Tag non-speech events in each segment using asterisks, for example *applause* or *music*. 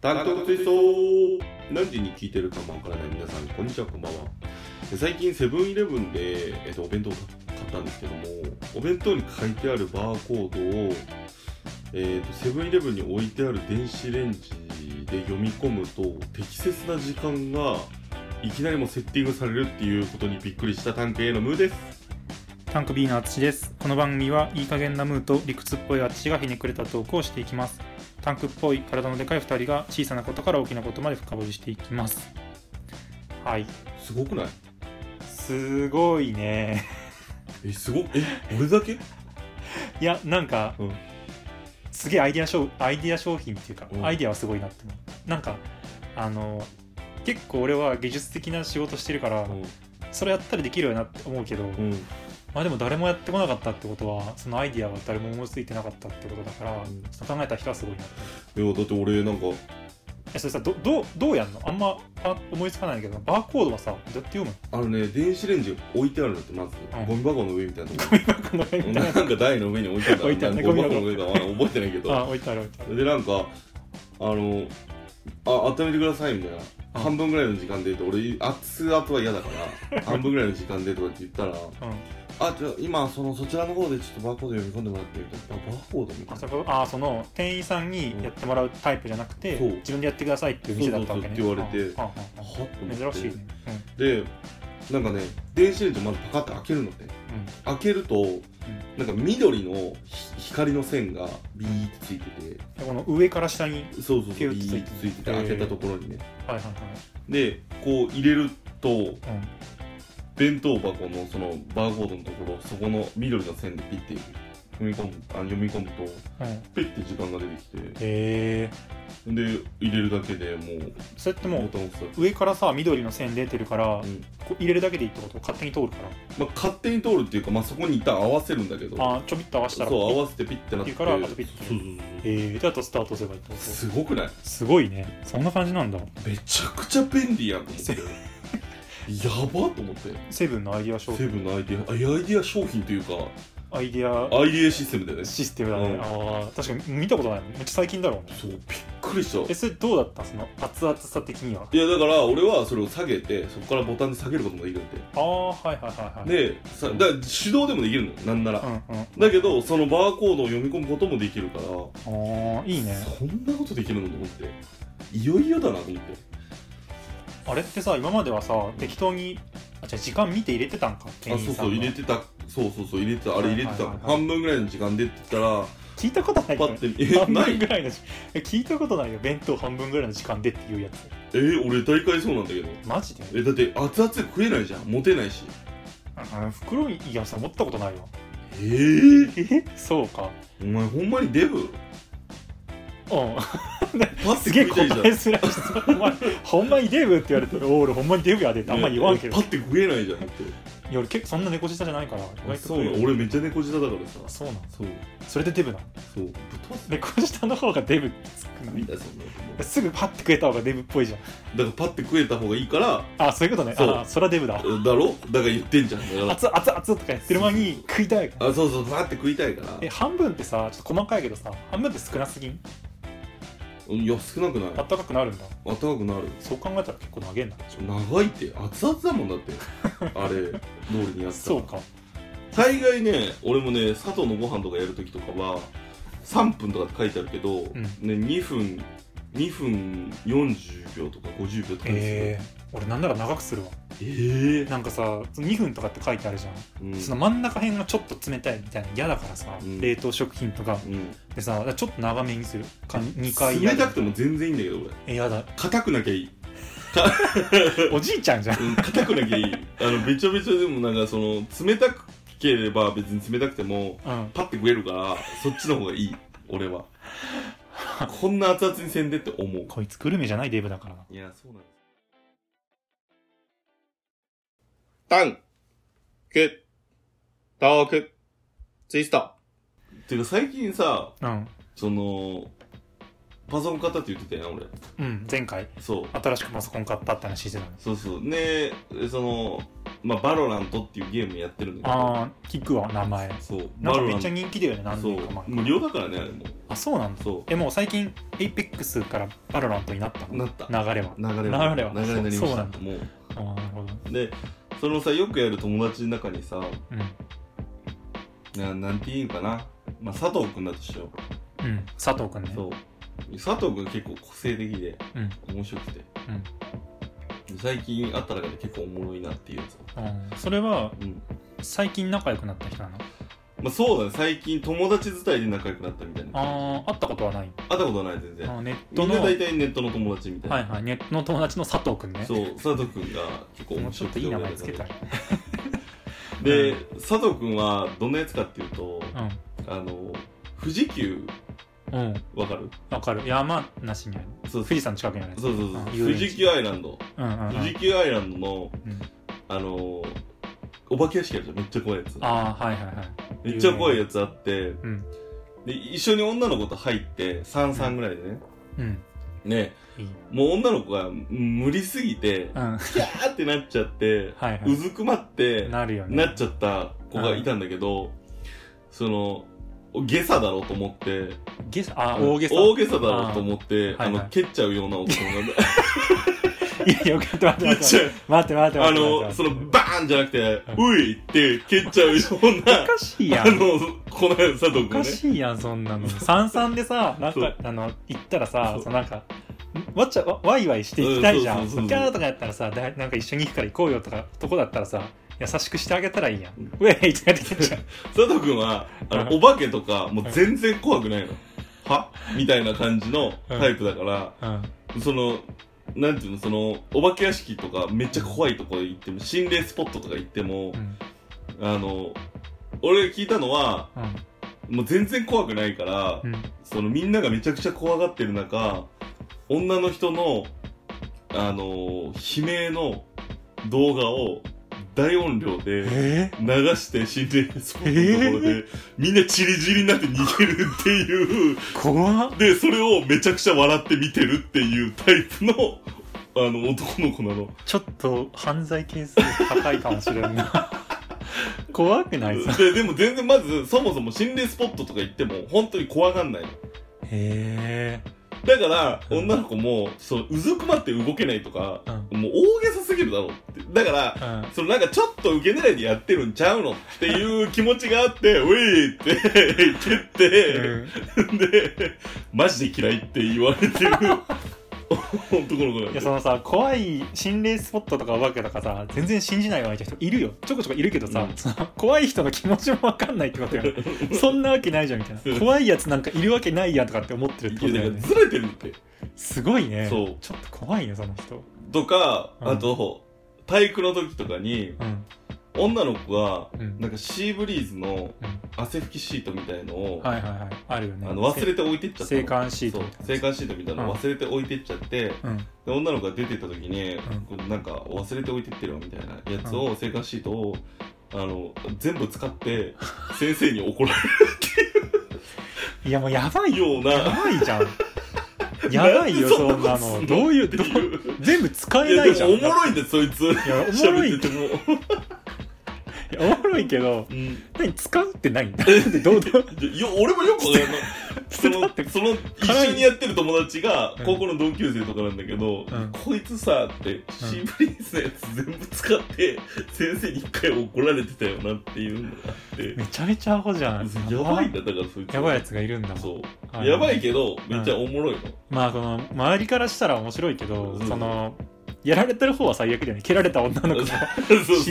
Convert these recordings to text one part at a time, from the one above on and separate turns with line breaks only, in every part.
単独追走何時に聞いてるかもわからない皆さんこんにちはこんばんはえ最近セブンイレブンで、えっと、お弁当を買ったんですけどもお弁当に書いてあるバーコードを、えっとセブンイレブンに置いてある電子レンジで読み込むと適切な時間がいきなりもうセッティングされるっていうことにびっくりした探偵のムーです
タンク B のあつしです。この番組はいい加減なムーと理屈っぽいあつしがひねくれたトークをしていきます。タンクっぽい体のでかい2人が小さなことから大きなことまで深掘りしていきます。はい。
すごくない
すごいね。 *laughs*
えすごえ俺だけ
いや、なんか、
うん
すげえアイディア商アイディア商品っていうか、
うん
アイディアはすごいなって思う。なんか、あの、結構俺は芸術的な仕事してるから、それやったらできるよなって思うけど、
うん、うん
まあでも誰もやってこなかったってことはそのアイディアが誰も思いついてなかったってことだから、
ん
その考えた人はすごいなって
いやだって俺なんか
えそれさどどうどうやんのあんまあ思いつかないんだけどバーコードはさどうやって読むの
あのね電子レンジ置いてあるのってまず、
うん
ゴミ箱の上みたいなとこ
こ
*laughs*
の辺みたいな
なんか台の上に置いてある
置いてあるね
ゴミ箱の上かあ覚えてないけ
あ
ど
置いてある置いてある
でなんかあのあ温めてくださいみたいな半分ぐらいの時間でと俺熱々は嫌だから
*laughs*
半分ぐらいの時間でとかって言ったら
うん、
あじゃあ今そのそちらの方でちょっとバーコード読み込んでもらってみたいなあバーコードみた
あ
いな
そこあその店員さんにやってもらうタイプじゃなくて、
そう
自分でやってくださいっていう店だったわけね
そうそうそうって言われて
あああ
はっと思
あ
って
珍しいね
でなんかね電子レンジまずパカッて開けるのね
うんうん
開けると、なんか緑のひ光の線がビーってついてて
でこの上から下に
そうそうそ
ピ
う
ュッ
ビ
て
ーってついてて開けたところにね
はいはいはい
でこう入れると
うん
弁当箱のそのバーコードのところそこの緑の線でピッて踏み込むあ読み込むと
うん
ピッて時間が出てきて
へえ
で入れるだけでもう
それっても
ボ
う
タン押すだけ
上からさ緑の線出てるから、
うん
こう入れるだけでいいってこと勝手に通るから
まあ、勝手に通るっていうか、まあ、そこに一旦合わせるんだけど
あーちょびっと合わせ
そ
た
う
ら
合わせてピッてなって
いいからあとピッて
そうそうそう
えー、であとスタートすればいいってこと
すごくない
すごいねそんな感じなんだ
めちゃくちゃ便利やんと思
*laughs*
ってやばと思って
セブンのアイディア商
セ
品
ブンのアイディアあいやアイディア商品というか
アイディ
アイディアシステムだよね
ア
そ
システムだね、
うん
ああ確かに見たことないもんめっちゃ最近だろうね
うびっくりした
えそれどうだったその熱々さ的にはい
やだから俺はそれを下げてそこからボタンで下げることもできるんで
ああはいはいはいはい
でさだから手動でもできるのよなんなら、
うんうん
だけどそのバーコードを読み込むこともできるから
ああいいね
そんなことできるのと思っていよいよだなと思って
あれってさ今まではさ適当にあじゃあ時間見て入れてたんか店
あ
員
そう
さ
そ
ん
う
が
入れてたそうそうそう入れてたあれ入れてたの、
はいはいはい
半分ぐらいの時間でって言ったら
聞いたことない
パ
よ
ッ
ね
て見え
半
な
分 *laughs*
い
ぐらいの時え聞いたことないよ弁当半分ぐらいの時間でっていうやつ
えー俺大会そうなんだけど
マジで
えだって熱々食えないじゃん持てないし
あ袋にいやさ持ったことないわ
えー、
えそうか
お前ほんまにデブ
うん
パッ
す
て
げえ
食い
答
た
え
いじゃん
づらい質問お前ほんまにデブって言われてるおー俺ほんまにデブやでってあんま言わんけど、
ねパッて食えないじゃんだって
いや俺結構そんな猫舌じゃないから意外と
そうなの俺めっちゃ猫舌だからさ
あそうなん
そう
それでデブなの
そうぶっ飛ばす
猫舌の方がデブってつく
み
の
たいなそんなだ
すぐパッて食えた方がデブっぽいじゃん
からパッて食えた方がいいから
あそういうことね
そう
あそらデブだ
だろだから言ってんじゃんだか
熱熱熱とかやってる間に食いたいから
らあそうそうパッて食いたいから
え半分ってさちょっと細かいけどさ半分って少なすぎん
うんいや少なくない
あったかくなるんだ
暖かくなる
そう考えたら結構長げんだ
ちょ長いって熱々だもんだってあれ通りにやった
そうか
大概ね俺もね佐藤のご飯とかやるときとかは3分とかって書いてあるけど、
ん
ね、2分2分40秒とか50秒とかにする
えー、俺なんなら長くするわ
えー
なんかさその2分とかって書いてあるじゃん
うん
その真ん中辺がちょっと冷たいみたいなの嫌だからさ、
うん
冷凍食品とか
うん
でさだからちょっと長めにするか2回や
冷
る
たくても全然いいんだけど俺
えやだ
硬くなきゃいい
おじいちゃんじゃん
うん硬くなきゃい
*laughs*
いあのべちょべちょでもなんかその冷たくければ別に冷たくても
うん
パッて食えるからそっちの方がいい俺はこんな熱々にせんでって思う
こいつグルメじゃないデブだからない
やそうなんですタンクトークツイストていうか最近さ
うん
そのパソコン買ったって言ってたよな俺
うん前回
そう
新しくパソコン買ったって話してたの
そうそうねえそのまあ、バロラントっていうゲームやってるんだけど
ああ聞くわ名前
そうバ
なんか
ロ
め
ラ
っ
ン
ちゃ
ト
人気だよね何
そう
年か
無
前
料だからねあれも
あそうなんだ
そう
えもう最近エイペックスからバロラントになったの
なった
流れは
流れは
流れは
流れになりま
そう
し
な
た
んだ
も
あーなるほど
うでそのさよくやる友達の中にさ
うん
ななんていうかな、まあ、佐藤君だとしよ
うん佐藤くんね
うそう佐藤君結構個性的で
うん
面白くて、
うん
最近会った中で結構おもろいなっていうやつ
あーそれは
うん
最近仲良くなった人なの
まあそうだね最近友達伝いで仲良くなったみたいな会っ
ああ会ったことはない
たことない全
あ
然
ーネッ
み
ト
ん
の
な
は
大
い
体ネットの友達みたいな、
はいネットの友達の佐藤くんね
そう佐藤君が結構
もう
面
ちょ
白
っ
くて
といい名前つけたい
で、
うん
佐藤君はどんなやつかっていうと、
う
あの富士急
んうん
わかる
わかる山梨にある
そう
富士山近くにある
そうそうそう
あ遊園
富
地
士急アイランド
うんうんうん
富士急アイランドの、
うん
あのお化け屋敷あるじゃんめっちゃ怖いやつ
ああはいはいはい
めっちゃ怖いやつあって
うん
で一緒に女の子と入って33ぐらいでね、
うん
ね
いい
もう女の子がうん無理すぎて
うんはい
キャーってなっちゃって
は
う
い
ずくまって
なるよね
なっちゃった子がいたんだけどその下差だろうと思って
ゲスあ大げさ
大げさだろうと思って
あー
あ
はいはい
の蹴っちゃうような男が
いやいや、よか *laughs* った、待
蹴
っ
ってちゃう
待って、待って、待って。
*laughs* あ
待っ
の、
て
その、バーンじゃなくて、
う
ういって蹴っちゃうよう
お
な、
かしいや
あ
ん。
の、この辺、佐藤
お
君
か
ね。
しいやん、そんなの。三々でさ、なん
そ
か
う、
あの、行ったらさ
そ、う
そのなんか、わっちゃ、わわいわいしていきたいじゃ
うん
ん。キ
そうそうそうそう
ャーとかやったらさ、だなんか一緒に行くから行こうよとか、とこだったらさ、優しくしてあげたらいいやん。ウェイってやってん
*laughs*
じゃん。
佐藤君は、あの、
う
お化けとか、もう全然怖くないの。はみたいな感じのタイプだから、
うん。
その、なんていうの、その、お化け屋敷とか、めっちゃ怖いとこ行っても、心霊スポットとか行っても
う、ん。
あの、俺が聞いたのは、
うん。
もう全然怖くないから、
うん。
そのみんながめちゃくちゃ怖がってる中、女の人の、あのー悲鳴の動画を大音量で
え
流して心霊スポットのところで、みんなチリチリになって逃げるっていう、
ー、怖っ
で、それをめちゃくちゃ笑って見てるっていうタイプの、あの、男の子なの。
ちょっと、犯罪係数高いかもしれんな。
*laughs*
怖くないさ。
で、でも全然まず、そもそも心霊スポットとか行っても、本当に怖がんないの。
へ
だから、
うん
女の子も、その、うずくまって動けないとか、
う
もう大げさすぎるだろうって。だから、
ー。うん。
そのなんかちょっと受け狙いでやってるんちゃうのっていう気持ちがあって、 *laughs* ウィーって蹴って、
うん
で、マジで嫌いって言われてる男の子なん
い
で
や
す
そのさ怖い心霊スポットとかお化けとかさ全然信じないわけ人いるよちょこちょこいるけどさ、
うん *laughs*
その怖い人の気持ちも分かんないってことよねそんなわけないじゃんみたいな怖いやつなんかいるわけないやんとかって思ってるってこ
い
とだ
や
よ
だ
ね
からずれてるって。
すごいね
そう
ちょっと怖いねその人
とか、
うん
あと、体育の時とかに、
うん
女の子が、
うん
なんかシーブリーズの
うん
汗拭きシートみたいのを、
はいはいはいあるよね
あの忘れて置いてっちゃったの。
静観シートみたい
そう
な
静観シートみたいなの忘れて置いてっちゃって、
うん
で女の子が出てった時に、
ん
これなんか忘れておいてってるわみたいなやつを、生活シートをあの全部使
*laughs*
って先生に怒ら
いやもうやば
れ
い
る
よ
よう
や
な
ばいじゃんやばいよ
*laughs*
そ
なんで
な
そんなことす
の
んの
どういう
って
どう
いう
全部使
い
え
や
ないじ
で
ゃん
もおもろ
い
いんだよそいつ
やおもろい
喋ってても、
いやおもろいけど
うん、
何使うってない
*laughs*
んだどうどう
いやよ俺もよくわからんないそのその
*laughs*
一緒にやってる友達が
うん
高校の同級生とかなんだけど、
うん
こいつさってシーブリーズのやつ全部使って先生に一回怒られてたよなっていうのがあって
めちゃめちゃアホじゃん。
やばいんだだからそいつ
やばいやつがいるんだもん。
そう
あの
やばいけど、めっちゃおもろいの。
まあ、この、周りからしたら面白いけど、
うん
その、やられてる方は最悪だよね。蹴られた女の子も、シ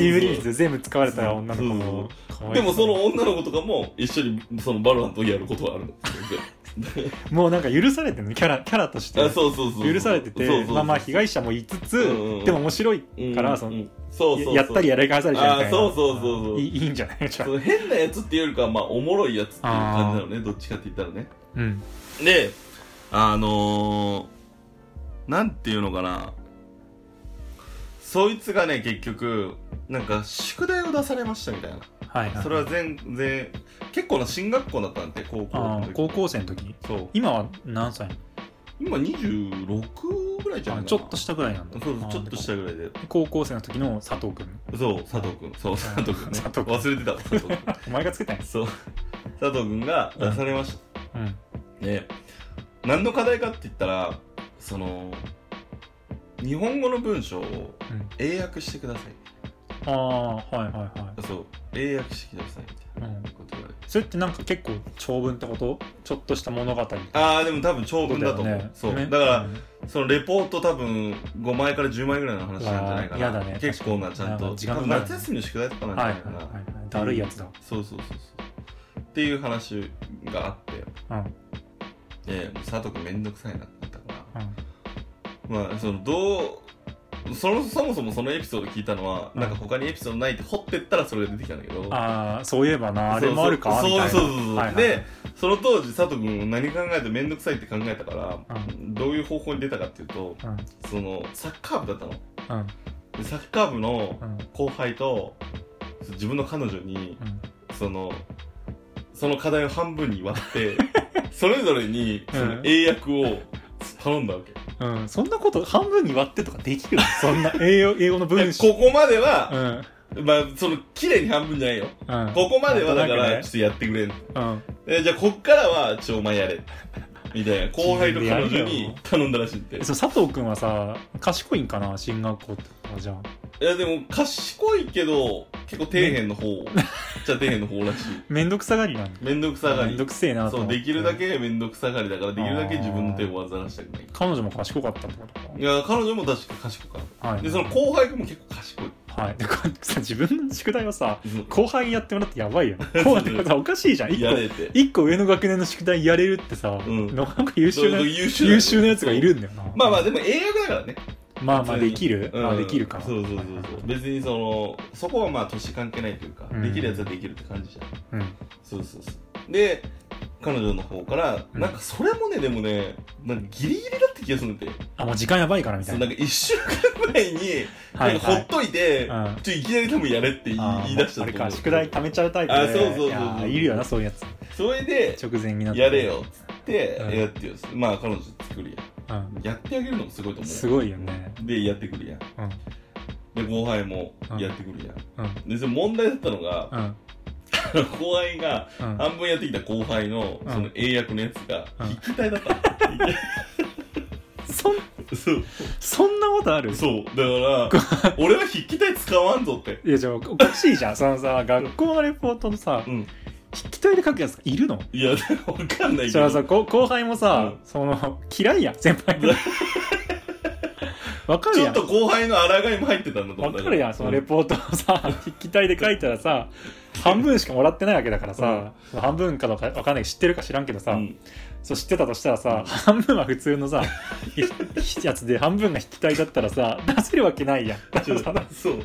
ーブリーズ全部使われた女の子も、かわい
で
う
もその、女の子とかも一緒にそのバロラントをやることはあるの。
もうなんか許されてるの、キャラ、キャラとして
あ。 *laughs* そうそうそう。
許されてて、
そうそうそう
まあまあ被害者もいつつ、
うんうん
でも面白い
うん
から、その、
うんそうそうそう
ややったりやらかされちゃうみたいな。
あそうそうそうそう
いいいいんじゃないじゃあ
そう変なやつっていうよりかは、まあ、おもろいやつっていう感じなのね、どっちかって言ったらね。
うん。
で、あのー、なんていうのかな。そいつがね、結局、なんか、宿題を出されましたみたいな。
はいはい。
それは全然結構な進学校だったんで高校
あ
の
ー
時
高校生の時
そう
今は何歳
今26ぐらいいちゃう
あ
かな
ちょっとしたぐらいなん
そ
だ
うそうちょっとしたぐらいで
高校生の時の佐藤君
そう佐藤君そう佐藤君ね
佐藤君
忘れてた佐藤君
*laughs* お前がつけたんや
そう佐藤君が出されまし
うん
たね何の課題かって言ったらその日本語の文章を
うん
英訳してください
ああはいはいは
そう英訳してくださいみた
い、う
い
ん
な、こと言われて
それってなんか結構長文ってことちょっとした物語
ああでも多分長文だと思う、そうだからそのレポート多分5枚から10枚ぐらいの話なんじゃないかな
うわーやだね
結構なちゃん
なん
と
か時間か
多
か
分
るね
夏休みの宿題とかなんじゃ
は
な
いはいい
かな、
はいはいだるいやつだ
そうそうそうそうっていう話があって
うん
でもう佐藤君めんどくさいなってなったから
うん
まあそのどうそのそもそもそのエピソード聞いたのは、
うん
なんか他にエピソードないって掘ってったらそれが出てきたんだけど
ああそういえばなあれもあるか
そう
みたいな
そうそうそうそう、
はいはい
でその当時佐藤君何考えて面倒くさいって考えたから、
う
どういう方法に出たかっていうと
うん
そのサッカー部だったの
うん
でサッカー部の
うん
後輩とそう自分の彼女に
うん
そのその課題を半分に割って
*laughs*
それぞれにその
うん
英訳を頼んだわけ、
うん、そんなこと半分に割ってとかできるのそんな英語英語の文
で
章。
ここまで
う
は、
ん。うん。
まあその綺麗に半分じゃないよここまではだからちょっとやってくれん
うん。
えじゃあこっからはちょお前やれみ
*laughs*
たいな後輩と彼
自分でや
女
れよ
に頼んだらしいって
えそう、佐藤くんはさ、賢いんかな進学校ってことはじゃあ。
いやでも賢いけど結構底辺
*laughs*
の方、じゃあ底辺の方らしい
めんどくさがりなん
めんどくさが
めん
り
どくせえなと
そ
思
う
って。
できるだ。けめんどくさがりだからできるだけ自分の手を煩わしたくない
彼女も賢かったってこと
いや彼女も確か賢かった
か。はい。
でその後輩も結構賢い
はい。で、これさ、自分の宿題をさ、
その
後輩にやってもらってやばいよ。こうってことはおかしいじゃん。一
や
個、
れて
一個上の学年の宿題やれるってさ、
ん
なかなか優秀な、
そう優秀だよ
優秀なやつがいるんだよな。
まあまあでも英訳だからね
まあまあできる、
うん
あできるか。
そうそうそうそう別にそのそこはまあ年関係ないというか、
うん
できるやつはできるって感じじゃん
うん。
そうそうそうで彼女の方から、
うん
なんかそれもねでもねなんかギリギリだって気がするんだよ
あ、もう時間やばいからみた
そ
いうな
なん。か1週間ぐらいに
はい、
なんかほ
は
っ
い。
といて、
うん
ちょいきなり多分やれって言い
あー
言い出した
あれ
と思
か
う
宿題貯めちゃうタイプで
あそうそうそうそう
いやーいるよなそういうやつ
それで
直前になって
やれ、よっつって、
うん
やってよっつってまあ彼女作るや
う
ん
ん、
やってあげるのもすごいと思う
すごいよね
でやってくるやん
うん
で後輩も
うん
やってくるやん、
うん
でそれ問題だったのが、
うん
後輩が
うん
半分やってきた後輩の
うん
その英訳のやつが
うん
筆記体だったの、 *laughs*
そん
そう
そんなことある
そうだから俺は筆記体使わんぞって
いやじゃあおおかしいじゃんそのさ学校のレポートのさ
うん
筆記体で書くやついるの
いやわかんないけ
じゃ
ど
あさこ後輩もさ、
う
その嫌いやん先輩が *laughs* わか
ち
る
ょ
や
っ
ん
と後輩の抗いも入ってたんだと思
わ
う
かるやんそのレポートをさ筆記体で書いたらさ半分しかもらってないわけだからさ、半分かどうかわかんない知ってるか知らんけどさ、
うん
そう知ってたとしたらさ、半分は普通の *laughs* さやつで半分が引き体だったらさ出せるわけないやん
ちょ
*laughs*
っとそう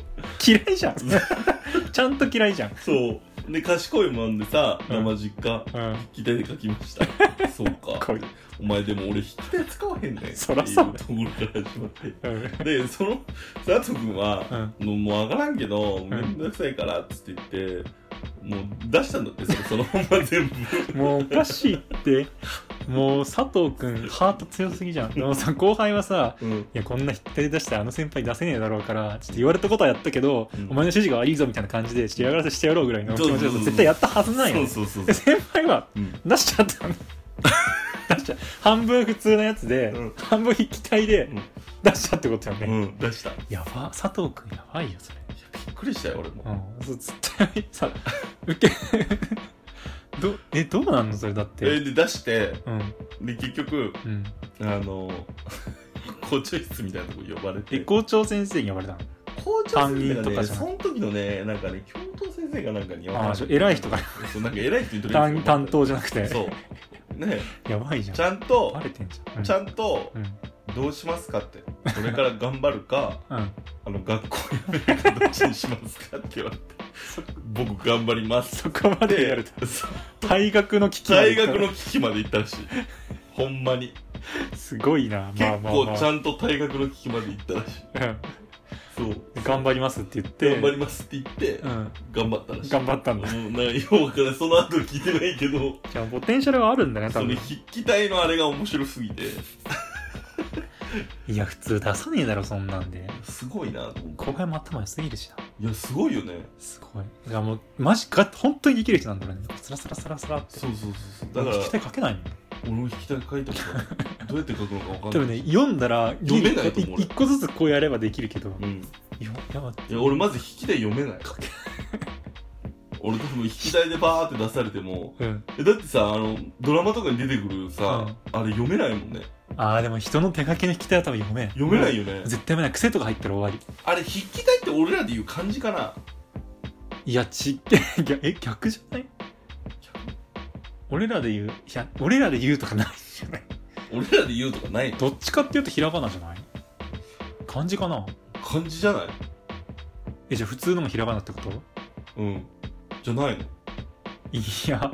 嫌いじ *laughs* ゃんちゃんと嫌いじゃん、
そうで賢いもんでさ
うん
生実家
うん、
筆記体で書きました
*laughs*
そうか
こい、
お前でも俺筆記体使わへんねん
そらそう
っていうところから始まって
うん
でその佐藤君は、のもう上からんけど
ん
めんどくさいからっつって言って、もう出したんだってそれそのまま全部
もうおかしいってもう佐藤君ハート強すぎじゃんでもさ後輩はさ
うん
いやこんな引き体出したらあの先輩出せねえだろうからちょっと言われたことはやったけど、
うん
お前の指示が悪いぞみたいな感じでちょっと嫌がらせしてやろうぐらいの気持ち
そうそ
で
うそう
絶対やったはずないよ
そう
ね
そうそうそ
で
う
先輩は
うん
出しちゃったの出しちゃう半分普通のやつで、
うん
半分筆記体で
うん
出しちゃってことよね、
うん出したい
やば佐藤君やばいよそれ
やびっくりしたよ俺も、
うんそう絶対さ受け *laughs* どえどうなんのそれだっ
え
て、
ーで出して
うん
で結局
うん
あの *laughs* 校長室みたいなとこ呼ばれ
え
て
校長先生に呼ばれたの
校長先生
担任
が
とか
ね
じゃない
その時のねなんかね教頭先生がなんかに呼ば
あ
れ
あ
て
そう偉い人が
そうなんか偉い人言ってるやつ
担担当じゃなくて
そうね
やばいじゃん
ちゃんと
バレてんじゃん、うん、
ちゃんと
うん
どうしますかってこれから頑張る
*laughs*
か
うん
あの学校やめるかどっちにしますかって言われて僕頑張ります
そこまでやると
そう
退学の危機まで
大
行った
学の危機まで行ったらしいほんまに
すごいな
結構ちゃ
ん
んと大学の危機まで行ったらしいそう
頑張りますって言って
頑張りますって言って
うん
頑張ったらしい
頑張ったんだ
うんなんかようからんその後聞いてないけど
じゃあポテンシャルはあるんだね多
その
分
筆記体のあれが面白すぎて
いや、普通出さねえだろ、そんなんで。
すごいなと思
後
って
輩も頭良すぎるしな。
いやすごいよね
すごい。だからもう、マジか、本当にできる人なんだろうね。スラスラスラスラって。
そうそうそうそうだから
聞きたい書けないもん。
俺も引きた書いたことどうやって書くのか分
多
か
分
んな
ね
い、
読んだら、
読めないと思う
い一個ずつこうやればできるけど。
うん、
いや、やば
いや俺まず引き台読め
*laughs*
ない俺多分引き台でバーって出されても
うん。
えだってさあのドラマとかに出てくるさ、あれ読めないもんね
ああ、でも人の手書きの引き手は多分読めん。。
読めないいよね、
絶対読めない。癖とか入ったら終わ
あれ筆記体って俺らで言う漢字かな
り。いや、ち、 *laughs* いやえ、逆じゃない俺らで言う、いや、俺らで言うとかないじゃない。
俺らで言うとかないの
どっちかっていうとひらがなじゃない漢字かな
漢字じゃない
え、じゃあ普通のもひらがなってこと
うんじゃないの
いや、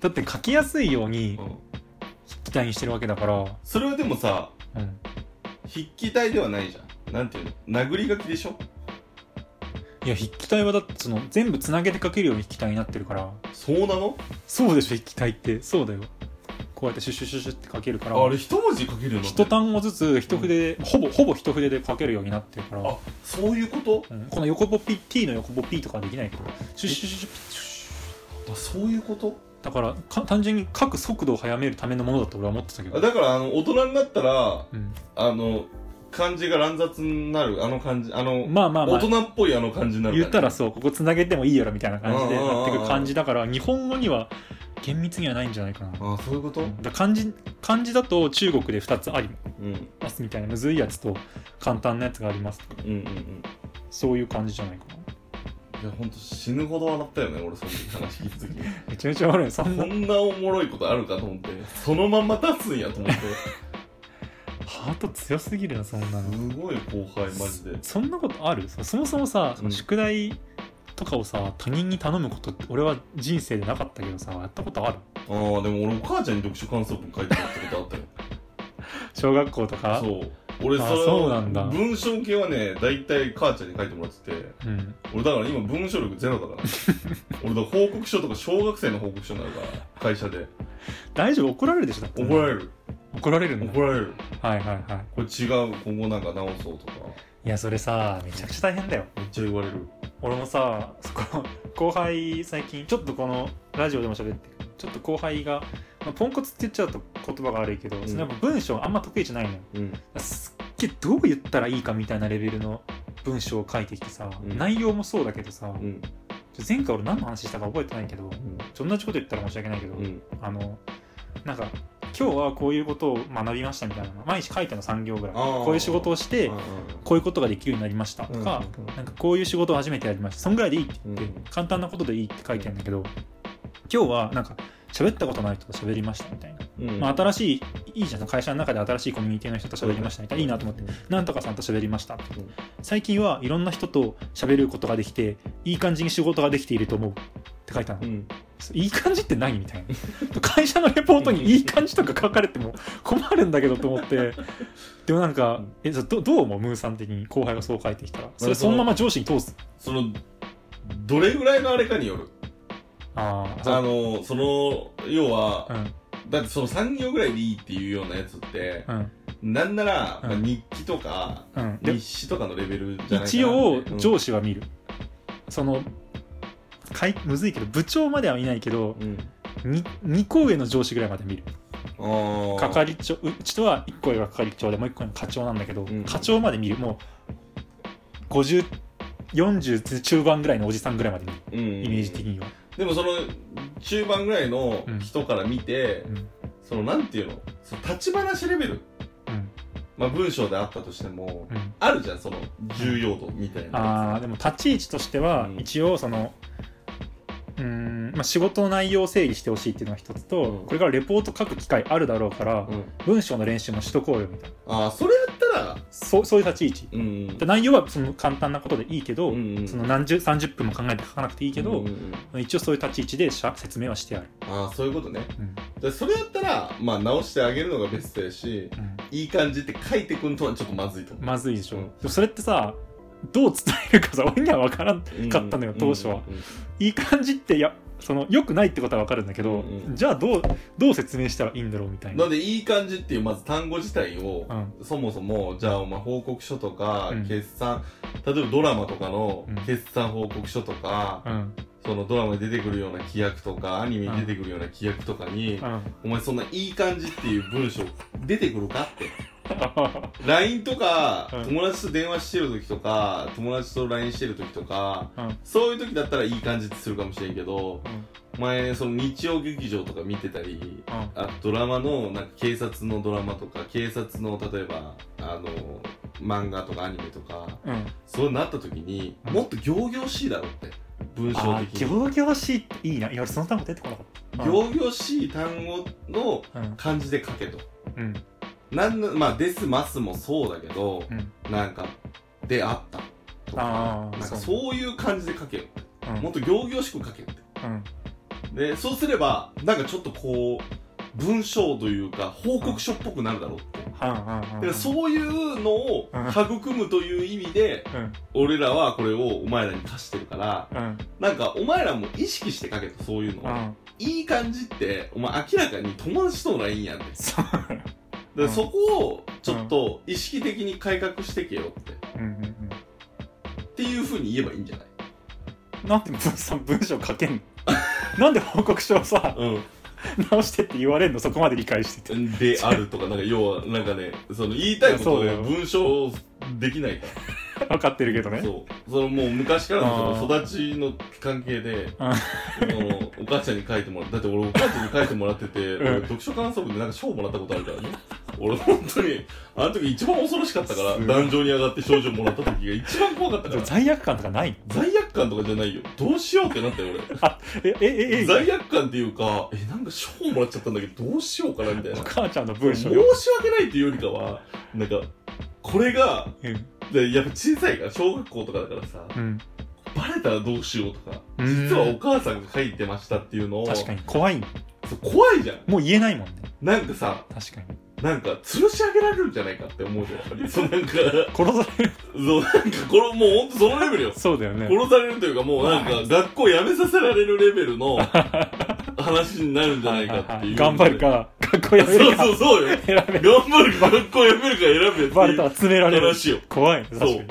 だって書きやすいように
うん
筆記体にしてるわけだから、
それはでもさ
うん。
筆記体ではないじゃんなんていうの殴り書きでしょ
いや、筆記体はだってその全部つなげて書けるように筆記体になってるから、
そうなの
そうでしょ、筆記体って。そうだよ。こうやってシュッシュッシュッシュッって書けるから、
あれ一文字書けるようになって
一
る
単語ずつ一筆、ほぼほぼ一筆で書けるようになってるから
あ、そういうこと
うんこの横ぼっぴ T の横ぼっぴとかはできないけどシュッシュッシュッシュッシュッシュッ
あそういうこと
だからか単純に書く速度を速めるためのものだと俺は思ってたけ
あ
ど、
だからあの大人になったら
うん、
あの漢字が乱雑になるあの漢字あの、
まあまあま
大
あ
人っぽいあの漢字になる
言ったら
そ
そうここつなげてもいいやろみたいな感じで
うんうんうんうん
なってくる感じだから日本語には厳密にはないんじゃないかな
あそういうこと
うんだから漢字漢字だと中国で2つあり
うん
ますみたいなむずいやつと簡単なやつがありますとか
うんうんうん
そういう感じじゃないかない
やほんと死ぬほど笑ったよね俺その時話聞いた時
めちゃめちゃ悪い
*laughs*
そん
こ
なん
なおもろいことあるかと思ってそのまんま立つんやと思 *laughs* って
ハート強すぎるなそんなの
すごい後輩マジで
そんなことあるそそもそもさ、
うん
宿題とかをさ他人に頼むことって俺は人生でなかったけどさやったことある
ああでも俺お母ちゃんに読書感想文書いてもらったことあったよ
小学校とか
そう俺
あ
それ
そうなんだ
文章系はね大体母ちゃんに書いてもらってて
うん
俺だから今文章力ゼロだ
*laughs*
から俺だから報告書とか小学生の報告書になるから会社で
大丈夫怒られるでしょだって
怒られる
怒られるんだ
怒られる
はいはいはい
これ違う今後なんか直そうとか
いやそれさめちゃくちゃ大変だよ
めっちゃ言われる
俺もさそこの後輩最近ちょっとこのラジオでも喋ってるちょっと後輩が、まあ、ポンコツって言っちゃうと言葉が悪いけど、
ん
そのやっぱ文章あんま得意じゃないのよ
うん
すっげえどう言ったらいいかみたいなレベルの文章を書いてきてさ、
うん
内容もそうだけどさ、
うん
前回俺何の話したか覚えてないけど同じこと言ったら申し訳ないけど、
うんうん
あのなんか今日はこういうことを学びましたみたいな毎日書いての3行ぐらい
あー
こういう仕事をしてこういうことができるようになりましたとか、なんかこういう仕事を初めてやりましたそんぐらいでいいって言って、
うん
簡単なことでいいって書いてあるんだけど今日はなんか喋ったことない人と喋りましたみたいな、
うん
まあ、新しいいいじゃん会社の中で新しいコミュニティの人と喋りましたみたいないいなと思って
て
なんとかさんと喋りました最近はいろんな人と喋ることができていい感じに仕事ができていると思うって書いたの、
うん
そういい感じって何みたいな会社のレポートにいい感じとか書かれても困るんだけどと思ってでもなん
う
か
ん
えそうどどう思うムーさん的に後輩がそう書いてきたらそ
ま
れ
あそ
そ
の
のまま上司に通す
そのどれぐらいのあれかによる
ああそ
あ
う
のその要は
うん
だってその3行ぐらいでいいっていうようなやつって
うん
なんなら、
うん
まあ、日記とか
うんで
日誌とかのレベルじゃないかな
一応
うん
上司は見る、そのかいむずいけど部長までは見ないけど
うん
に2個上の上司ぐらいまで見る
あー
係長うちとは1個上が係長でもう1個上が課長なんだけど、
ん
課長まで見るもう5040中盤ぐらいのおじさんぐらいまで見る
うん
イメージ的には、
でもその中盤ぐらいの人から見て、
うん
そのなんていうのその立ち話レベル、
うん
まあ、文章であったとしても、
うん
あるじゃんその重要度みたい
あ
な
ーでも立ち位置としては
うん
一応そのうーんまあ、仕事の内容を整理してほしいっていうのが一つと、
うん
これからレポート書く機会あるだろうか
う
ら、
ん、
文章の練習もしとこうよみたいな
あーそれやったら
そうそういう立ち位置
うんうん
で内容はその簡単なことでいいけど、
うんうん
その何十30分も考えて書かなくていいけど
うんう、んうん
一応そういう立ち位置でしゃ説明はしてある、
ああそういうことね
うん
でそれやったら、まあ、直してあげるのがベストやし
うん
いい感じって書いてくんとはちょっとまずいと思う、
まずいでしょ、
うん
でもそれってさどう伝えるかさ俺には分からん
うん
買ったのよ当初は
うんうん
いい感じっていやその良くないってことは分かるんだけ
う
ど、
んうん
じゃあどうどう説明したらいいんだろうみたいな
なんでいい感じっていうまず単語自体を、
うん
そもそもじゃあお前報告書とか、
うん
決算例えばドラマとかの
うん
決算報告書とか、
うん
そのドラマに出てくるような規約とかアニメに出てくるような規約とかに、
うん
お前そんないい感じっていう文章出てくるかって LINE とか、
うん
友達と電話してる時とか友達と LINE してる時とか
うん
そういう時だったらいい感じってするかもしれんけど
うん
お前その日曜劇場とか見てたり
うん
あドラマのなんか警察のドラマとか警察の例えばあの漫画とかアニメとか
うん
そうなった時に
うん
もっと仰々しいだろうって文章
あ
的に
行々しいっていいないや俺その単語出てこなかった
仰々しい単語の
うん
漢字で書けと
うん
なんなまあですますもそうだけど
うん
なんかであったとか
あ
な
ー
んか
そう
そういう感じで書けよ
うん
もっと仰々しく書けって
うん
でそうすればなんかちょっとこう文章というか報告書っぽくなるだろうって
うんうん
だからそういうのを育むという意味で
うん
俺らはこれをお前らに課してるから
うん
なんかお前らも意識して書けとそういうの
う
を
ん
いい感じってお前明らかに友達との LINE やんってだか
そうう
ら
ん
そこをちょっと意識的に改革してけよってっ
うんうんうん
ていうふうに言えばいいんじゃない
なんで文さ文章書けんのなんで報告書をさ直してって言われんのそこまで理解してて
うんであるとかなんか要はなんかねその言いたいことを
いやそうだよ
文章できないから
分かってるけどね
そう。そのもう昔からのそ
あ
の育ちの関係で、
あ
そのお母ちゃんに書いてもらって、だって俺お母ちゃんに書いてもらってて、
うん
俺読書感想文でなんか賞もらったことあるからね。俺本当に、あの時一番恐ろしかったから、
すごい
壇上に上がって賞状もらった時が一番怖かったから。
罪悪感とかない
罪悪感とかじゃないよ。どうしようってなったよ、
えええ
俺。
え
罪悪感っていうか、え、なんか賞もらっちゃったんだけど、どうしようかなみたい
お
な。
母ちゃんの文
申し
章
訳
よ、
ないっていうよりかは、なんか、これが、
うん
でやっぱ小さいから、小学校とかだからさ、
うん、
バレたらどうしようとか、
うん
実はお母さんが書いてましたっていうのを、
確かに怖い
そう怖いじゃん。
もう言えないもんね
なんかさ、
確かに
なんか吊るし上げられるんじゃないかって思うじゃん、やっぱり。そうなんか、
殺される
そうなんか、これもうほんとそのレベルよ。
そうだよね
殺されるというか、もうなんか、学校辞めさせられるレベル
*laughs*
の話になるんじゃないかっていう。
頑張る。か学校やめ
そう
るか
そうそうよ。
選べ
頑張るか、学校辞めるか選べ
バレたら
っ
詰め
て
ら
い
れ
う
る
話よ。
怖いね確か
そう
に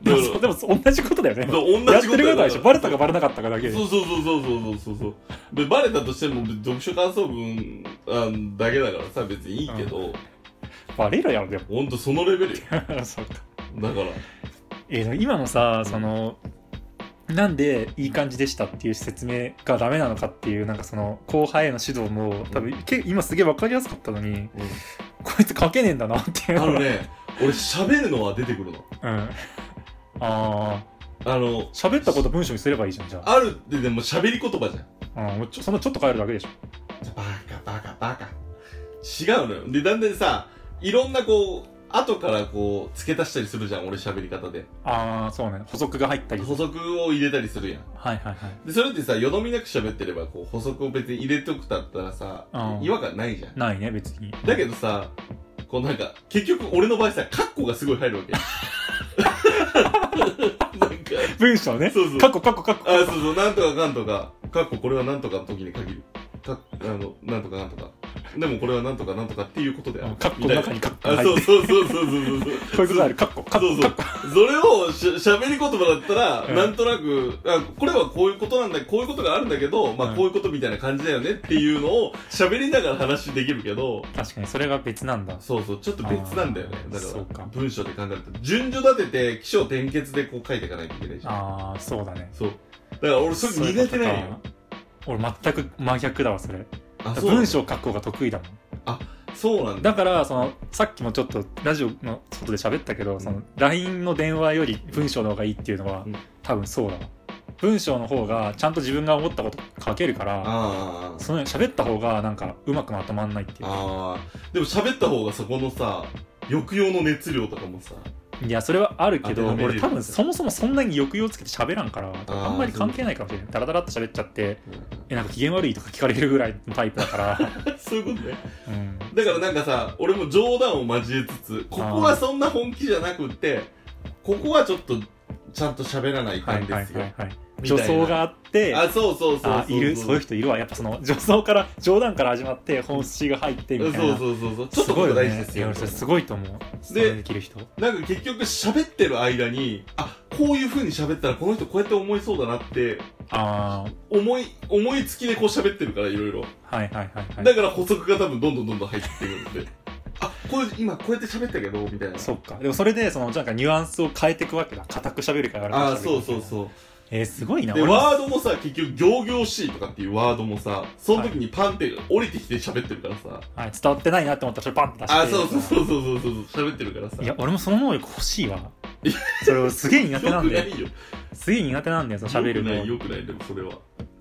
で
だから
もそうでもそう同じことだよね
そう
や
同
っ
じ
て
こと
る
よ
ことでしょバレたかバレなかったかだけで
そうそうそうそうそうそうそうでバレたとしても読書感想文あだけだからさ別にいいけど、
バレるやろでも *laughs*
ほんとそのレベルよだか
そうからえー今のさそのなんでいい感じでしたっていう説明がダメなのかっていうなんかその後輩への指導も多分け今すげえ分かりやすかったのに、こいつ書けねえんだなっていう
あの
のが *laughs*
ね俺喋るのは出てくるの
うんああ
あの
喋ったこと文章にすればいいじゃんじゃあ
あるってでも喋り言葉じゃん
うんもうちょそのちょっと変えるだけでしょ
バカバカバカ違うのよでだんだんさいろんなこう後からこう付け足したりするじゃん俺喋り方で
ああそうね補足が入ったり
補足を入れたりするやん
はいはいはい
でそれってさよどみなく喋ってればこう補足を別に入れとくだったらさ、
うん
違和感ないじゃん
ないね別に
だけどさ、こうなんか、結局俺の場合さ、カッコがすごい入るわけ。なんか、
文章ね
そうそう
カッコカッコカッコ
*laughs* あ、そうそう、なんとかかんとか、カッコこれはなんとかの時に限る。かっあの、なんとかなんとか。でもこれはなんとかなんとかっていうことであ
う
る
ん。カッコ
みた
の
いな
中にカッコが
あ、
入
そ
っ
う
て
そうそうそうそうそう。
こういうことあるカッコカッ
そう
コ
そ
カ
う
ッコ。
それをしゃしゃべり言葉だったら、
うん
なんとなくあ、これはこういうことなんだ、こういうことがあるんだけど、ま
う
あ
ん
こういうことみたいな感じだよねっていうのを喋りながら話できるけど、
確かにそれが別なんだ
そうそう、ちょっと別なんだよね
あ。ー
だ
そう
から
か、
文章で考えると。順序立てて、起承転結でこう書いていかないといけないじゃん。
ああそうだね
そう。だから俺、それ苦手なんよ。
そういうことか俺全く真逆だわそれ
あ、そうなん
文
だ。
章書く方が得意だもん
そうなんだ。
だからそのさっきもちょっとラジオの外で喋ったけど、その LINE の電話より文章の方がいいっていうのは、
うん
多分そうだわ文章の方がちゃんと自分が思ったこと書けるから
あー
その喋った方がなんかうまくまとまんないってい
あー。あーでも喋った方がそこのさ、抑揚の熱量とかもさ、
ういやそれはあるけ
当て
ど
はめれる
俺多分そもそもそんなに抑揚つけて喋らんから
ー
あんまり関係ないかもしれないダラダラっと喋っちゃってえなんか機嫌悪いとか聞かれるぐらいのタイプだから、
*laughs* そういうことね。
うん、
だからなんかさ、俺も冗談を交えつつ、ここはそんな本気じゃなくって、ここはちょっと、ちゃんと喋らないか
はい
ん
はい
です
は
よ
い。はい
みたい
女
な
装があって
あそうそうそう
あいるそういう人いるわやっぱその女装から冗談から始まって本質が入ってみたいな
そうそうそうそうちょっとこれ
すごい
大
よね
事ですよ
いや俺それすごいと思うそれできる人
なんか結局喋ってる間にあこういう風に喋ったらこの人こうやって思いそうだなって
あ
思い思いつきでこう喋ってるからいろいろ
あはいはいはいはい
だから補足が多分どんどんどんどん入ってくるんであこれ今こうやって喋ったけどみたいな
そっかでもそれでそのなんかニュアンスを変えていくわけだ固く喋るから
あーそうそう
う
そ
えー、すごいうな
で
俺も
ワードもさ結局行々しいとかっていうワードもさその時にパンって降りてきて喋ってるからさ、
はい、伝わってないなって思ったらそれパンって出して
あそうそうそうそうそうそう喋ってるからさ
いや俺もその能力欲しいわそれをすげえ苦手な
よ
ん
く
だ
な
よ
いよ
すげえ苦手なんだよその喋る
よくない
の
よくないでもそれは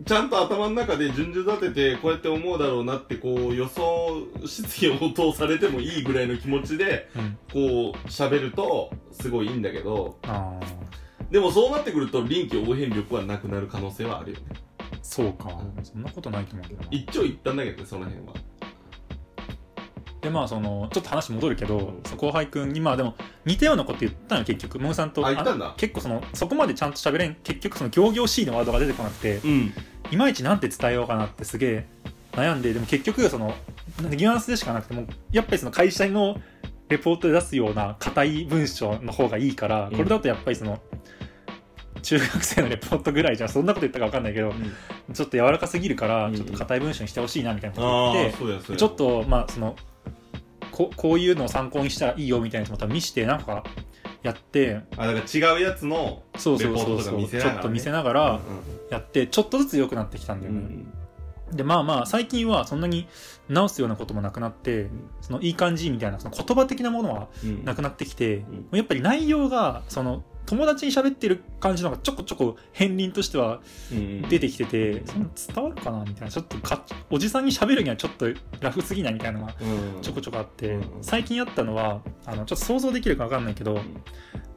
ちゃんと頭の中で順序立ててこうやって思うだろうなってこう予想質疑応答されてもいいぐらいの気持ちで
うん
こう喋るとすごいいいんだけど
ああ
でもそうなってくると臨機応変力はなくなる可能性はあるよね
そうか
う
そんなことないと思うけどな
一長一短だけどねその辺は
でまあそのちょっと話戻るけど、
うん
そう後輩くんにまあでも似たようなこと言ったのよ結局モンさんと
あ言ったんだ
結構そのそこまでちゃんと喋れん結局その行々しいのワードが出てこなくて
うん
いまいちなんて伝えようかなってすげえ悩んででも結局そのニュアンスでしかなくてもうやっぱりその会社のレポートで出すような硬い文章の方がいいから、
うん
これだとやっぱりその中学生のレポートぐらいじゃそんなこと言ったかわかんないけどちょっと柔らかすぎるから
うん
ちょっと硬い文章にしてほしいなみたいなこと
あ
言って
あ、そうやそうや
ちょっとまあそのここういうのを参考にしたらいいよみたいなのも多分見してなんかやって
あだから違うやつの
そうそ
レ
うそ
ポー
う
トと
そ
か
う、
見せな
ち
がら
ょ
ね
っと見せながら
う
やってちょっとずつ良くなってきたんだよね、
ん
でまあまあ最近はそんなに直すようなこともなくなってそのいい感じみたいなその言葉的なものは
うん
なくなってきて
ん
やっぱり内容がその友達に喋ってる感じのがちょこちょこ片鱗としては
うん
出てきててその伝わるかなみたいなちょっとかおじさんに喋るにはちょっとラフすぎないみたいなのが
うん
ちょこちょこあって
うん
最近やったのはあのちょっと想像できるか分かんないけど
ん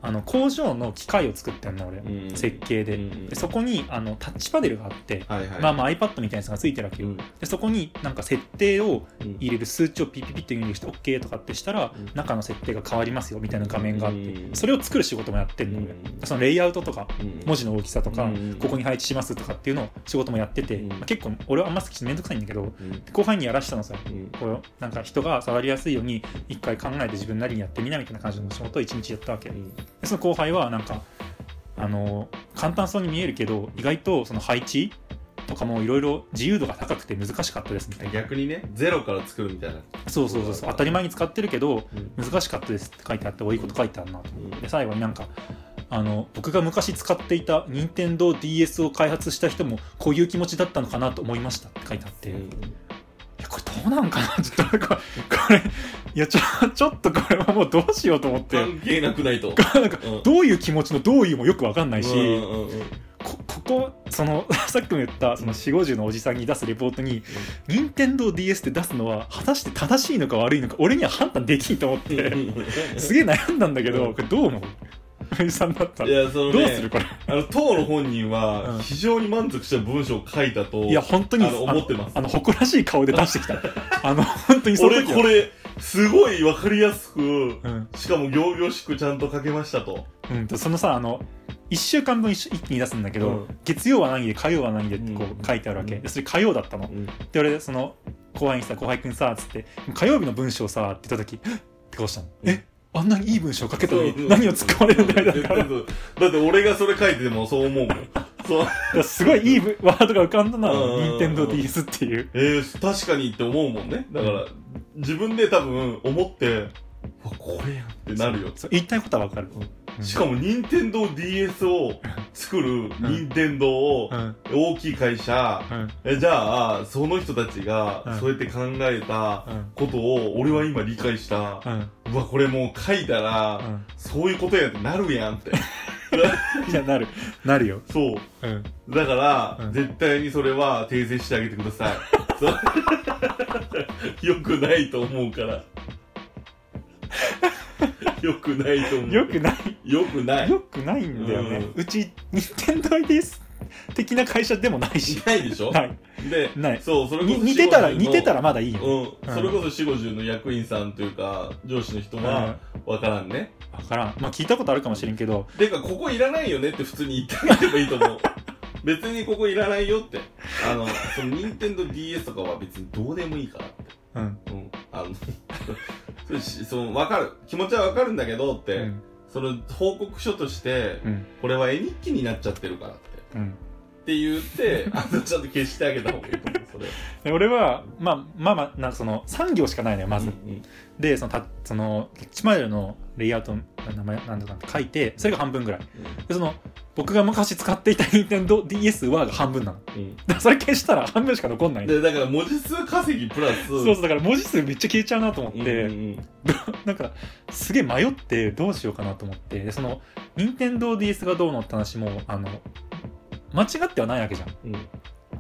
あの工場の機械を作ってんの俺
うん
設計で
うん
でそこにあのタッチパネルがあって
はいはい
まあまあ iPad みたいなやつがついてるわけよ
うん
でそこになんか設定を
うん
入れる数値をピッピピッと入力して OK とかってしたら、
うん
中の設定が変わりますよみたいな画面があって、
うん
それを作る仕事もやってるの、俺
うん
そのレイアウトとか
うん
文字の大きさとか、
うん
ここに配置しますとかっていうのを仕事もやってて、
うん
まあ結構俺はあんま好きしめんどくさいんだけど
うん
後輩にやらしたのさ
うん
こうなんか人が触りやすいように一回考えて自分なりにやってみなみたいな感じの仕事を一日やったわけ、
うん
でその後輩はなんかあの簡単そうに見えるけど意外とその配置とかもいろいろ自由度が高くて難しかったですみたいな
逆にねゼロから作るみたいな
そうそうそうそう当たり前に使ってるけど
うん
難しかったですって書いてあっておいいこと書いてあるなと思っ
うん
てで最後になんかあの僕が昔使っていた任天堂 d s を開発した人もこういう気持ちだったのかなと思いましたって書いてあって、いやこれどうなんかなちょっとこれこれいやちょちょっとこれはもうどうしようと思って
関係なくないと
なんか
うん
どういう気持ちのどういうもよくわかんないし、
うんうんうん
こここその *laughs* さっきも言ったその4 5 0のおじさんに出すレポートに任天堂 d s って出すのは果たして正しいのか悪いのか俺には判断できんと思って。すげえ悩んだんだけど、これどう思う藤井さんだった
い
ら。
やその
どうす
ね
るこれ。
あの当の本人
う
は
ん
非常に満足した文章を書いたと
いや、本当に、
あの思ってます
あの、誇らしい顔で出してきた。あの、本当にその
俺
時は
これすごいわかりやすく
うん。
しかも行々しくちゃんと書けましたと
うんと、そのさ、あの、1週間分一緒一気に出すんだけど、
うん
月曜は何で火曜は何でってこ
うん
う書いてあるわけ。
うん
でそれ火曜だったの。で、俺、その、後輩にさ、後輩くんさ、つって、火曜日の文章さ、って言った時、えっって顔したの。
うん
えあんなにいい文章書けたの
そう
に何を突っ込まれるんだよ、みたいな
だってだって俺がそれ書いててもそう思うもんそう
いやすごいいい文ワードが浮かんだな、
うん
NintendoDS っていう。
えー、確かにって思うもんねだから自分で多分思ってうわこれやんってなるよ
そう言いたいことはわかる、うん
しかも任天堂 d s を作る任天堂を
うん
大きい会社
うん
えじゃあその人たち
う
が
ん
そうやって考えた
うん
ことを俺は今理解した
うん
うわこれもう書いた
う
ら
ん
そういうことやってなるやんって
いやなるなるよ
そう
うん
だから、
うん
絶対にそれは訂正してあげてくださいそう。 *laughs* よくないと思うから。 *laughs* よくないと思う。
よくな
よくないい。
よくないんだよね、
うん
うち NintendoIDS 的な会社でもないし
ないでしょ
はい
で、
ない
そう、それこ
に
そ。
似てたら
4-50の
似てたら。まだいいよ、
うん。それこ
うん
そ4 5 0の役員さんというか、上司の人
うん
は、わからんね。
分からんまあ聞いたことあるかもしれんけど
てか、ここいらないよねって普通に言ってあげればいいと思う。別にここいらないよってあのその任天堂 d s とかは別にどうでもいいからって
うん。
うんあの *laughs* それしその分かる気持ちは分かるんだけどって、
うん。
その報告書として、
うん。
これは絵日記になっちゃってるからって
うん。
って言って *laughs* あのちょっと消してあげた方がいいと思うそれ
で俺は、まあ、まあまあ、なんかその、3行しかないのよ、まず
う。ん
で、その、た、その、キッチマイルのレイアウトの名前、なんとかって書いて、それが半分ぐらい。で、その、僕が昔使っていた Nintendo DS はが半分なの。だ
うんうん
からそれ消したら半分しか残んない。
でだから文字数稼ぎプラス
そうそう、だから文字数めっちゃ消えちゃうなと思って、
うんうんうん
なんか、すげえ迷ってどうしようかなと思って、でその、NintendoDS がどうのって話も、あの、間違ってはないわけじゃん。
うん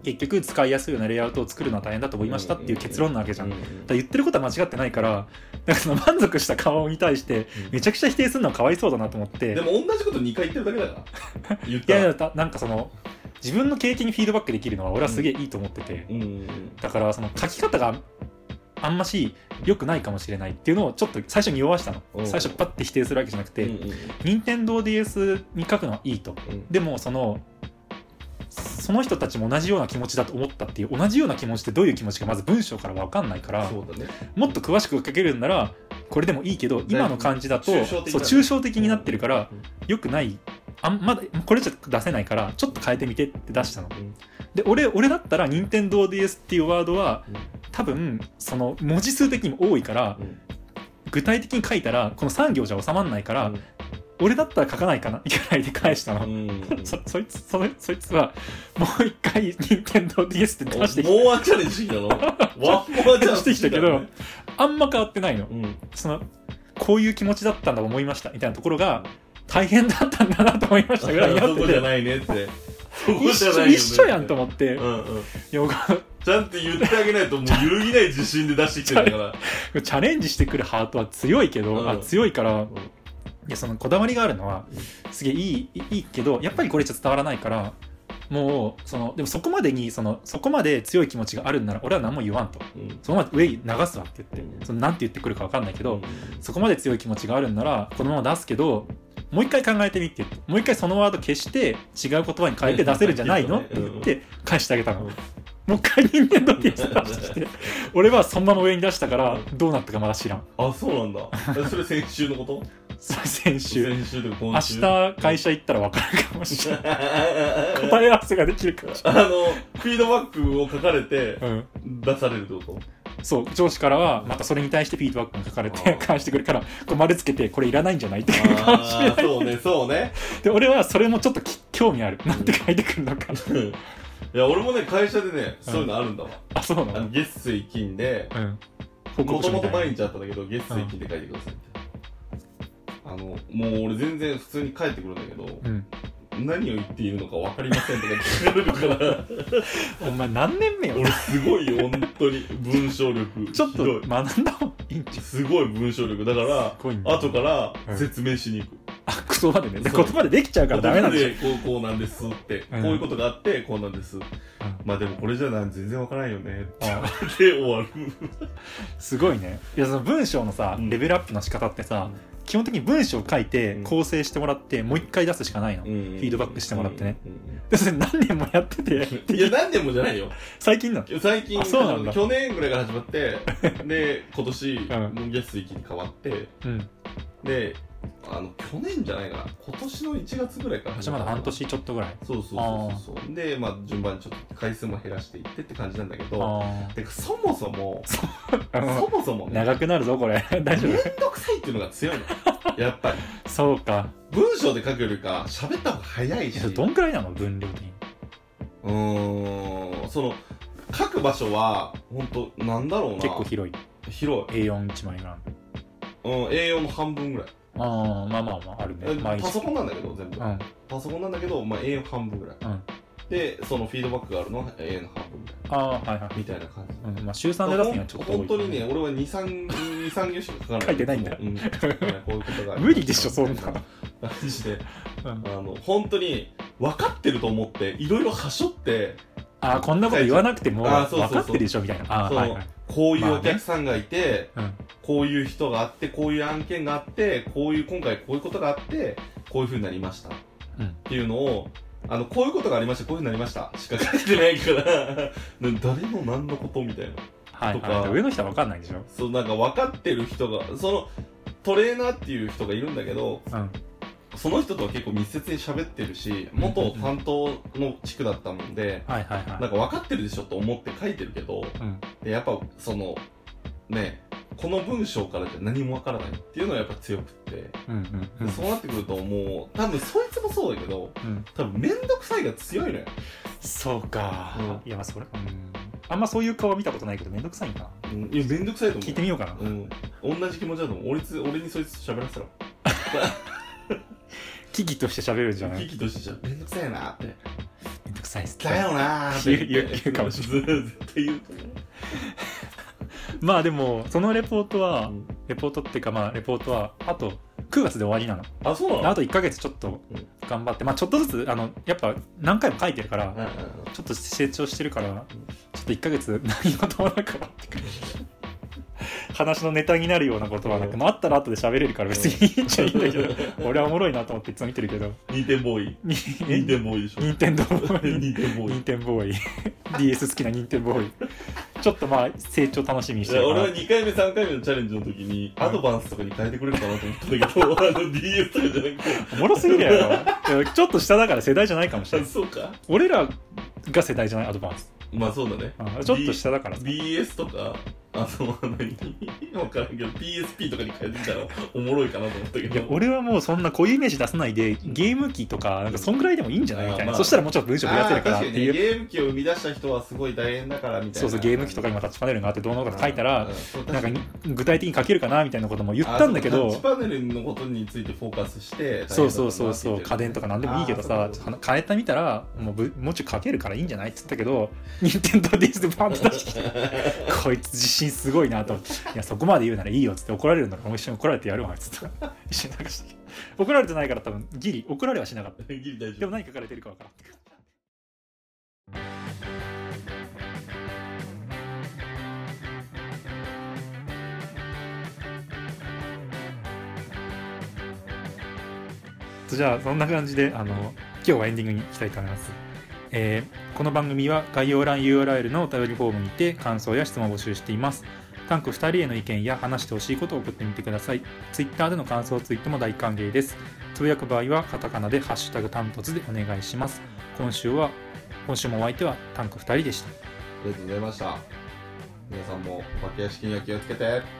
結局、使いやすいようなレイアウトを作るのは大変だと思いましたっていう結論なわけじゃん。だか
うん
ら言ってることは間違ってないから、なんかその満足した顔に対して、めちゃくちゃ否定するのはかわいそうだなと思って、
でも同じこと2回言ってるだけだから
*laughs*
言っ
い
た
や
ら
いや、たなんかその、自分の経験にフィードバックできるのは俺はすげえいいと思ってて、
うんうん
だからその書き方があんまし良くないかもしれないっていうのをちょっと最初に弱したの
うん
最初パッて否定するわけじゃなく
うん
て、
うんうん
任天堂 d s に書くのはいいと
うん
でもそのその人たちも同じような気持ちだと思ったっていう同じような気持ちってどういう気持ちかまず文章から分かんないから
そうだね
もっと詳しく書けるんならこれでもいいけど今の感じだと
抽象的
そう
だね
抽象的になってるから
うん
良くないあんまだこれじゃ出せないからちょっと変えてみてって出したの
うん
で俺俺だったら任天堂 d s っていうワードは
うん
多分その文字数的にも多いから
うん
具体的に書いたらこの3行じゃ収まんないから、俺だったら書かないかないかないで返したの、
うんうん
*laughs* そそいつそそいつはもう一回任天堂 d s って
お
出してきて
もうワンチャレンジしてきたのワンモアチャレ
出
ン
し
ジ
てきたけど
ね
あんま変わってないの
うん
そのこういう気持ちだったんだと思いましたみたいなところが大変だったんだなと思いましたぐらいにな
そ
って
こじゃ
て
ないねってそこ
一
じゃない
緒
よね
一緒やんと思っ
う
て、い
んうん
や僕は
ちゃんと言ってあげないともう揺るぎない自信で出してきてるんだから
チャレンジしてくるハートは強いけど、
うん
あ強いから、
ん
いやそのこだわりがあるのはすげえいいいいいけどやっぱりこれじゃ伝わらないからもうそのでもそこまでにそのそこまで強い気持ちがあるんなら俺は何も言わんと
うん
そのまま上に流すわって言っ
う
て
ん
そのなんて言ってくるか分かんないけど、
うん
そこまで強い気持ちがあるんならこのまま出すけどもう一回考えてみって言ってもう一回そのワード消して違う言葉に変えて出せるんじゃないの
うん
って言って返してあげたの、
うん
もう一回人間の DS 出してきて俺はそのまま上に出したから
う
どうなったかまだ知らん
あそうなん
*laughs*
だえそれ先週のこと
それ先週
先週とか
明
今週
日会社行ったら分かるかもしれ
*laughs*
ない
あ
答え合わせができるかもしれない
のフィードバックを書かれて
うん、
出されるってこと
そう上司からはまたそれに対してフィードバックが書かれて
あー
返してくるからこう丸つけてこれいらないんじゃ
*laughs*
ないってくるかもしれ
あ
な
あ
い
そうねそうね
で俺はそれもちょっとき興味あるなんて書いてくるのか
うんいや俺もね会社でねそういうのあるんだわ
あそうな
あ
の
の月水金で
うん。
もともと毎
日。
日あったんだけど月水金で書いてくださいみたいなあのもう俺全然普通に帰ってくるんだけど
うん。
何を言っているのか分かりませんとか言ってくれるから
お前何年目よ
俺。すごいよ本当に文章力
ちょっと
ひどい
学んだ方がいいんじ
すごい文章力だから
ゃん。い
後から
うん
説明しに行く、
あ、クソまでね。で
そう
言葉でできちゃうからダメなんでしょ。
でこうこうなんですって、
うん
こういうことがあってこうなんです、まあでもこれじゃなん全然わからんよねって
あ
*laughs* で終わる
すごいね。いや、その文章のさ、
うん
レベルアップの仕方ってさ
う、
基本的に文章を書いて
う、ん
構成してもらって、もう一回出すしかないの。で、
ィ
ードバックしてもらってね、
うんうん
それ何年もやってて、
うんいや何年もじゃないよ
最近なの。
最近
あそうなんだ
去年ぐらいから始まって
*laughs*
で今年、
うん
もう月水金に変わって
うん。
であの去年じゃないかな今年の1月ぐらいから
私まだ半
始
年ちょっとぐらい。
まったそうそうそうそうそうでまあ順番にちょっと回数も減らしていってって感じなんだけど
あ
てかそもそも
あ。
そもそもね
長くなるぞ、これ。大丈
めん
夫。
どくさいっていうのが強いのやっぱり
そうか。
文章で書くよりか喋った方が早い
い
し
や
う
どんくらいなの分量的に。
ーんその書く場所は本当なんだろうな
結構広い。
広
A41 枚ぐらい。
い、うん、A4 の半分ぐらい
ああ、まあまあまあ、あるね。
パ
毎日。
ソコンなんだけど全部
うん。
パソコンなんだけど、まあ、A4 半分ぐらい
うん。
でそのフィードバックがあるのは A の半分ぐらい
ああ、はいはい。
みたいな感じ
うん、まあ、週3で出すにはちょっと多い
本当にね、俺は2、3、2、3行しか書かない。
書いてないんだ
うんこういうことがあります
無理でしょ、そんな。
マジで。
うん
あの、本当に、分かってると思って、いろいろはしょって、
ああ、こんなこと言わなくても、
あー
分
そうそうそう
かってるでしょ、みたいな。ああ、
そう
はいはい。
こういうお客さんがいて、
うん。
こういう人があって、こういう案件があって、こういう、今回こういうことがあって、こういうふうになりました。
うん
っていうのを、あのこういうことがありましたこういうふうになりましたしか書いてないから *laughs* 誰も何のことみたいな
はい
とか
はい上の人は分かんないでしょ
そうなんか分かってる人がそのトレーナーっていう人がいるんだけど
うん
その人とは結構密接に喋ってるし元担当の地区だったもんで
はいはい
な
は
んか分かってるでしょと思って書いてるけど
いうん
でやっぱそのねこの文章からじゃ何も分からないっていうのがやっぱ強くって、
うんうんうん
そうなってくるともう多分そいつもそうだけど
うん
多分面倒くさいが強いのよ
そうか、
う
いやまあそれうんあんまそういう顔は見たことないけどめんどくさいんかな
うんいや面倒くさいと思う
聞いてみようかな、
うん、同じ気持ちだと思う俺つ俺にそいつと喋らせたら
危機として喋るじゃん
生
め
き生きとしてちゃうめんどくさいよなーって
んどくさいっす
だよなーって
言う言う言うかもし
れない絶対言うと思
まあでもそのレポートは、
う、うん
レポートっていうかまあレポートはあと9月で終わりなの
あそうなの
あと1ヶ月ちょっと
うん
頑張って、まあちょっとずつあのやっぱ何回も書いてるから、
うんうんうん
ちょっと成長してるからちょっと1ヶ月何事もなくなっ
*laughs*
てくる話のネタになるようなことはなく、
うん
まあ、あったら後で喋れるから別にいいっちゃいいんだけど俺はおもろいなと思っていつも見てるけど
二点ボーイ
に
二点ボーイでしょ
任天堂ボーイ
二点ボー
任
イ
天ボ *laughs* ーイ DS 好きな任天ボーイちょっとまあ成長楽しみにして
いや
るか
俺
ら
は2回目3回目のチャレンジの時にアドバンスとかに変えてくれるかなと思ったんだけどあの DS とかじゃなくて
おもろすぎる
*laughs*
やろいやちょっと下だから世代じゃないかもしれ
あ
ない
そうか
俺らが世代じゃないアドバンス
まあそうだね
うんちょっと下だからさ
BS とかあの何分からんけど PSP とかに変えてみたらおもろいかなと思ったけ
い
ど
や俺はもうそんなこういうイメージ出さないでゲーム機とかなんかそんぐらいでもいいんじゃないみたい
あー
な、
まあ
そしたらもうちょっと文章増やせるからって
あー確かに
いう
ね、ゲーム機を生み出した人はすごい大変だからみたいな
そうそうゲーム機とか今タッチパネルがあってどうのとか書いたら、
うんそう
な
確
んか
に
具体的に書けるかなみたいなことも言ったんだけ
あそ
ど
うタッチパネルのことについてフォーカスして
そうそうそうそう家電と
か
か何でもいいけど
あ
さ
ーそうそうそう
変えた見たらもうぶもうちょい書けるからいいんじゃないって言ったけど *laughs* 任天堂 DS でバンって出してき
*laughs*
てこいつ自信すごいなと「いやそこまで言うならいいよ」っつって怒られるんだからもう一緒に怒られてやるわっつって一緒に流して怒られてないから多分ギリ怒られはしなかった
大 *laughs* 丈夫
でも何書かれてるか分からんってじゃあそんな感じであの今日はエンディングに行きたいと思います、えーこの番組は概要欄 URL のお便りフォームにて感想や質問を募集していますタンク2人への意見や話してほしいことを送ってみてください Twitter での感想ツイートも大歓迎ですつぶやく場合はカタカナで「ハッシュタグ単突」でお願いします今週は今週もお相手はタンク2人でした
ありがとうございました皆さんもお化け屋敷には気をつけて